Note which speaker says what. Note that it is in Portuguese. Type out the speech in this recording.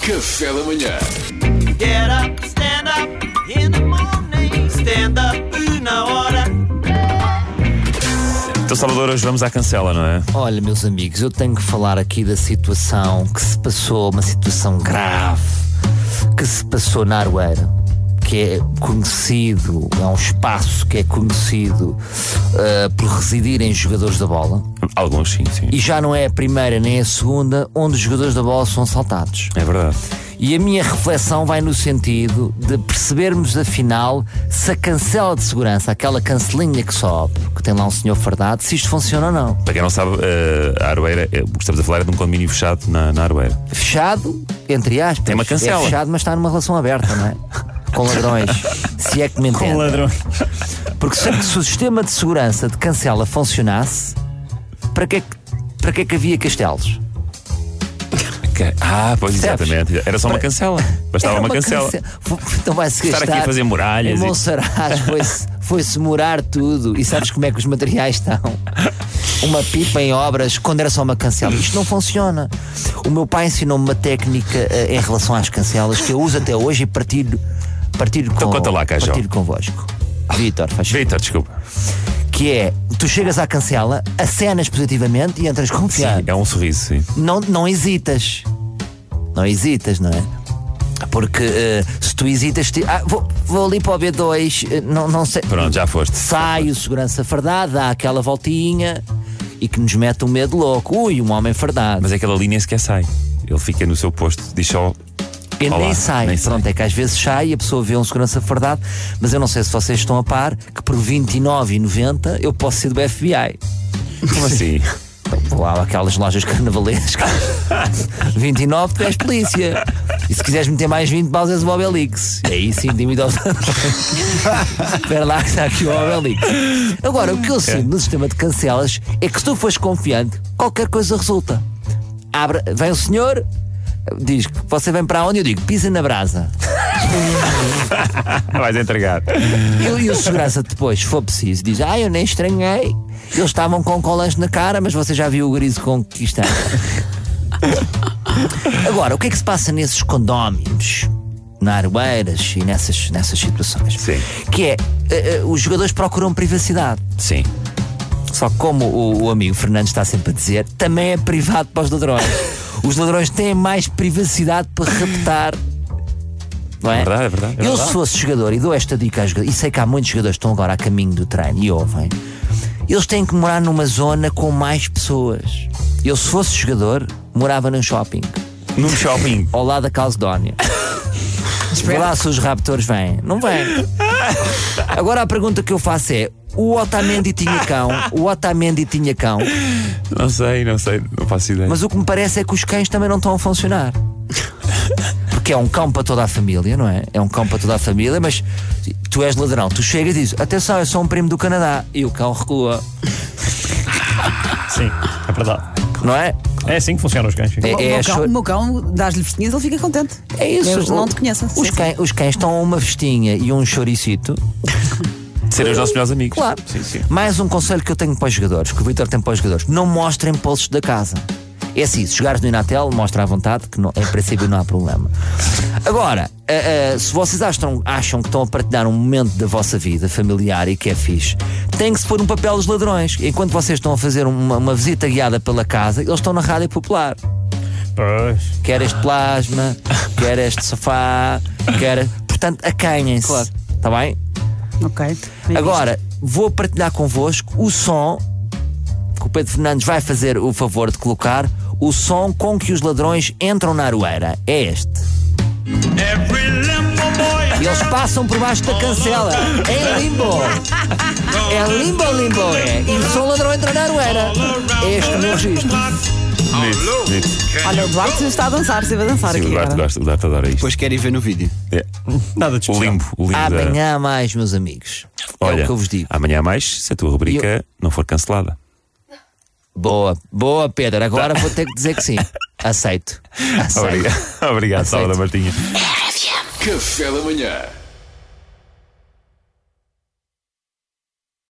Speaker 1: Café da manhã.
Speaker 2: Get up, stand up in the morning. Stand up na hora.
Speaker 3: Então, Salvador, hoje vamos à cancela, não é?
Speaker 4: Olha, meus amigos, eu tenho que falar aqui da situação que se passou, uma situação grave que se passou na Arueira, que é conhecido, é um espaço que é conhecido ah, por residirem jogadores da bola,
Speaker 3: Alguns, sim, sim.
Speaker 4: e já não é a primeira nem a segunda onde os jogadores da bola são saltados.
Speaker 3: É verdade.
Speaker 4: E a minha reflexão vai no sentido de percebermos, afinal, se a cancela de segurança, aquela cancelinha que sobe, que tem lá um senhor fardado, se isto funciona ou não.
Speaker 3: Para quem não sabe, eh, a Aroeira, eh, o que estamos a falar é de um condomínio fechado na, na Aroeira.
Speaker 4: fechado, entre aspas.
Speaker 3: Tem uma cancela.
Speaker 4: É fechado, mas está numa relação aberta, não é? Com ladrões. se é que me entende. Porque se, se o sistema de segurança de cancela funcionasse, para que é que, para que, é que havia castelos?
Speaker 3: Ok. Ah, pois
Speaker 4: Percebes?
Speaker 3: exatamente. Era só uma cancela. Bastava
Speaker 4: Era
Speaker 3: uma, cancela.
Speaker 4: cance- Então vai-se
Speaker 3: Estar
Speaker 4: gastar.
Speaker 3: aqui a fazer muralhas
Speaker 4: Em
Speaker 3: e-
Speaker 4: Monsaraz foi-se foi-se morar tudo. E sabes como é que os materiais estão? Uma pipa em obras quando era só uma cancela. Isto não funciona. O meu pai ensinou-me uma técnica eh, em relação às cancelas que eu uso até hoje e partilho, partilho, com,
Speaker 3: Então conta lá, Cajó.
Speaker 4: partilho convosco. Vitor, faz favor.
Speaker 3: Vitor, desculpa.
Speaker 4: Que é, tu chegas à cancela, acenas positivamente e entras confiante
Speaker 3: É um sorriso, sim.
Speaker 4: não, não hesitas. Não hesitas, não é? Porque eh, se tu hesitas, ti- ah, vou, vou ali para o B2, eh, não, não sei.
Speaker 3: Pronto, já foste.
Speaker 4: Sai o segurança fardado, dá aquela voltinha e que nos mete um medo louco. Ui, um homem fardado.
Speaker 3: Mas aquela linha sequer sai. Ele fica no seu posto, diz só.
Speaker 4: Ele
Speaker 3: Olá,
Speaker 4: nem sai.
Speaker 3: nem
Speaker 4: Pronto, é que às vezes sai e a pessoa vê um segurança fardado, mas eu não sei se vocês estão a par que por 29,90 eu posso ser do FBI.
Speaker 3: Como assim?
Speaker 4: Vou lá Tipo, aquelas lojas carnavalescas. 29, tu és polícia. E se quiseres meter mais 20 balas, és o Obelix. E Aí sim, intimida os Espera lá que está aqui o Obelix. Agora, o que eu sinto no sistema de cancelas é que se tu fores confiante, qualquer coisa resulta. Abre, vem o senhor, diz você vem para onde? Eu digo, pisa na brasa.
Speaker 3: Vais entregar.
Speaker 4: E, o- e o segurança depois, se for preciso, diz: Ah, eu nem estranhei. Eles estavam com colãs na cara, mas você já viu o griso com que está. Agora, o que é que se passa nesses condóminos, na Aroeiras e nessas, nessas situações?
Speaker 3: Sim.
Speaker 4: Que é, eh, eh, os jogadores procuram privacidade.
Speaker 3: Sim.
Speaker 4: Só que como o, o amigo Fernando está sempre a dizer, também é privado para os ladrões. Os ladrões têm mais privacidade para raptar. Não é?
Speaker 3: É verdade, é verdade, é
Speaker 4: eu,
Speaker 3: verdade.
Speaker 4: se fosse jogador, e dou esta dica aos jogadores, e sei que há muitos jogadores que estão agora a caminho do treino e ouvem, eles têm que morar numa zona com mais pessoas. Eu, se fosse jogador, morava num shopping,
Speaker 3: Num shopping.
Speaker 4: ao lado da Calcedónia. Vê lá se os raptores vêm. Não vêm. Agora a pergunta que eu faço é: o Otamendi tinha cão? O Otamendi tinha cão?
Speaker 3: Não sei, não sei. Não faço ideia.
Speaker 4: Mas o que me parece é que os cães também não estão a funcionar. Porque é um cão para toda a família, não é? É um cão para toda a família, mas tu és ladrão. Tu chegas e dizes: Atenção, eu sou um primo do Canadá. E o cão recua,
Speaker 5: Sim, é verdade.
Speaker 4: não é?
Speaker 5: É assim que funcionam os cães. sim.
Speaker 4: É,
Speaker 6: o, meu cão,
Speaker 4: é, cho-
Speaker 6: o meu cão, dás-lhe festinhas, ele fica contente.
Speaker 4: é isso.
Speaker 6: Eles não te conhecem.
Speaker 4: Os,
Speaker 6: Sim,
Speaker 4: cães, os cães estão a uma festinha e um choricito.
Speaker 3: Serem os nossos melhores amigos.
Speaker 4: Claro.
Speaker 3: Sim, sim.
Speaker 4: Mais um conselho que eu tenho para os jogadores, que o Vitor tem para os jogadores: não mostrem poços da casa. É assim, se jogares no Inatel, mostra à vontade, que não- em princípio não há problema. Agora, ah, ah, se vocês acham, acham que estão a partilhar um momento da vossa vida familiar e que é fixe, tem que se pôr um papel dos ladrões. Enquanto vocês estão a fazer uma, uma visita guiada pela casa, eles estão na rádio popular.
Speaker 5: Pois.
Speaker 4: Quer este plasma, quer este sofá, quer. Portanto, acanhem-se.
Speaker 6: Claro.
Speaker 4: Está bem?
Speaker 6: sim. Ok. Bem
Speaker 4: Agora, vou partilhar convosco o som que o Pedro Fernandes vai fazer o favor de colocar, o som com que os ladrões entram na aroeira. É este.
Speaker 2: Every limbo boy Oh,
Speaker 4: E eles passam por baixo da cancela. É limbo. É limbo, limbo. É. E o som ladrão entra na aroeira. É este o meu registro.
Speaker 3: Bonito, bonito.
Speaker 6: visto. Olha, o Duarte está a dançar, esteve a dançar
Speaker 3: Sim,
Speaker 6: aqui.
Speaker 3: o Duarte
Speaker 6: agora.
Speaker 3: gosta, o Duarte adora isto.
Speaker 7: Depois querem ver no vídeo.
Speaker 3: É.
Speaker 5: Nada de
Speaker 3: O
Speaker 5: especial.
Speaker 3: limbo, o limbo da-
Speaker 4: Amanhã mais, meus amigos. é
Speaker 3: Olha,
Speaker 4: o que eu vos digo.
Speaker 3: amanhã há mais, se a tua rubrica não for cancelada.
Speaker 4: Boa, boa, Pedro. Agora vou ter que dizer que sim. Aceito. Aceito.
Speaker 3: Obrigado, Obrigado Salvador Martinha.
Speaker 1: Café da manhã.